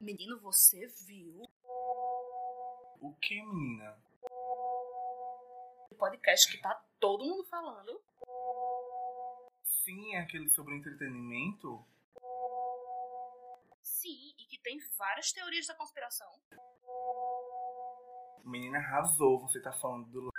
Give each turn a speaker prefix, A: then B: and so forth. A: Menino, você viu
B: O que, menina?
A: o podcast que tá todo mundo falando?
B: Sim, é aquele sobre entretenimento?
A: Sim, e que tem várias teorias da conspiração.
B: Menina, arrasou. Você tá falando do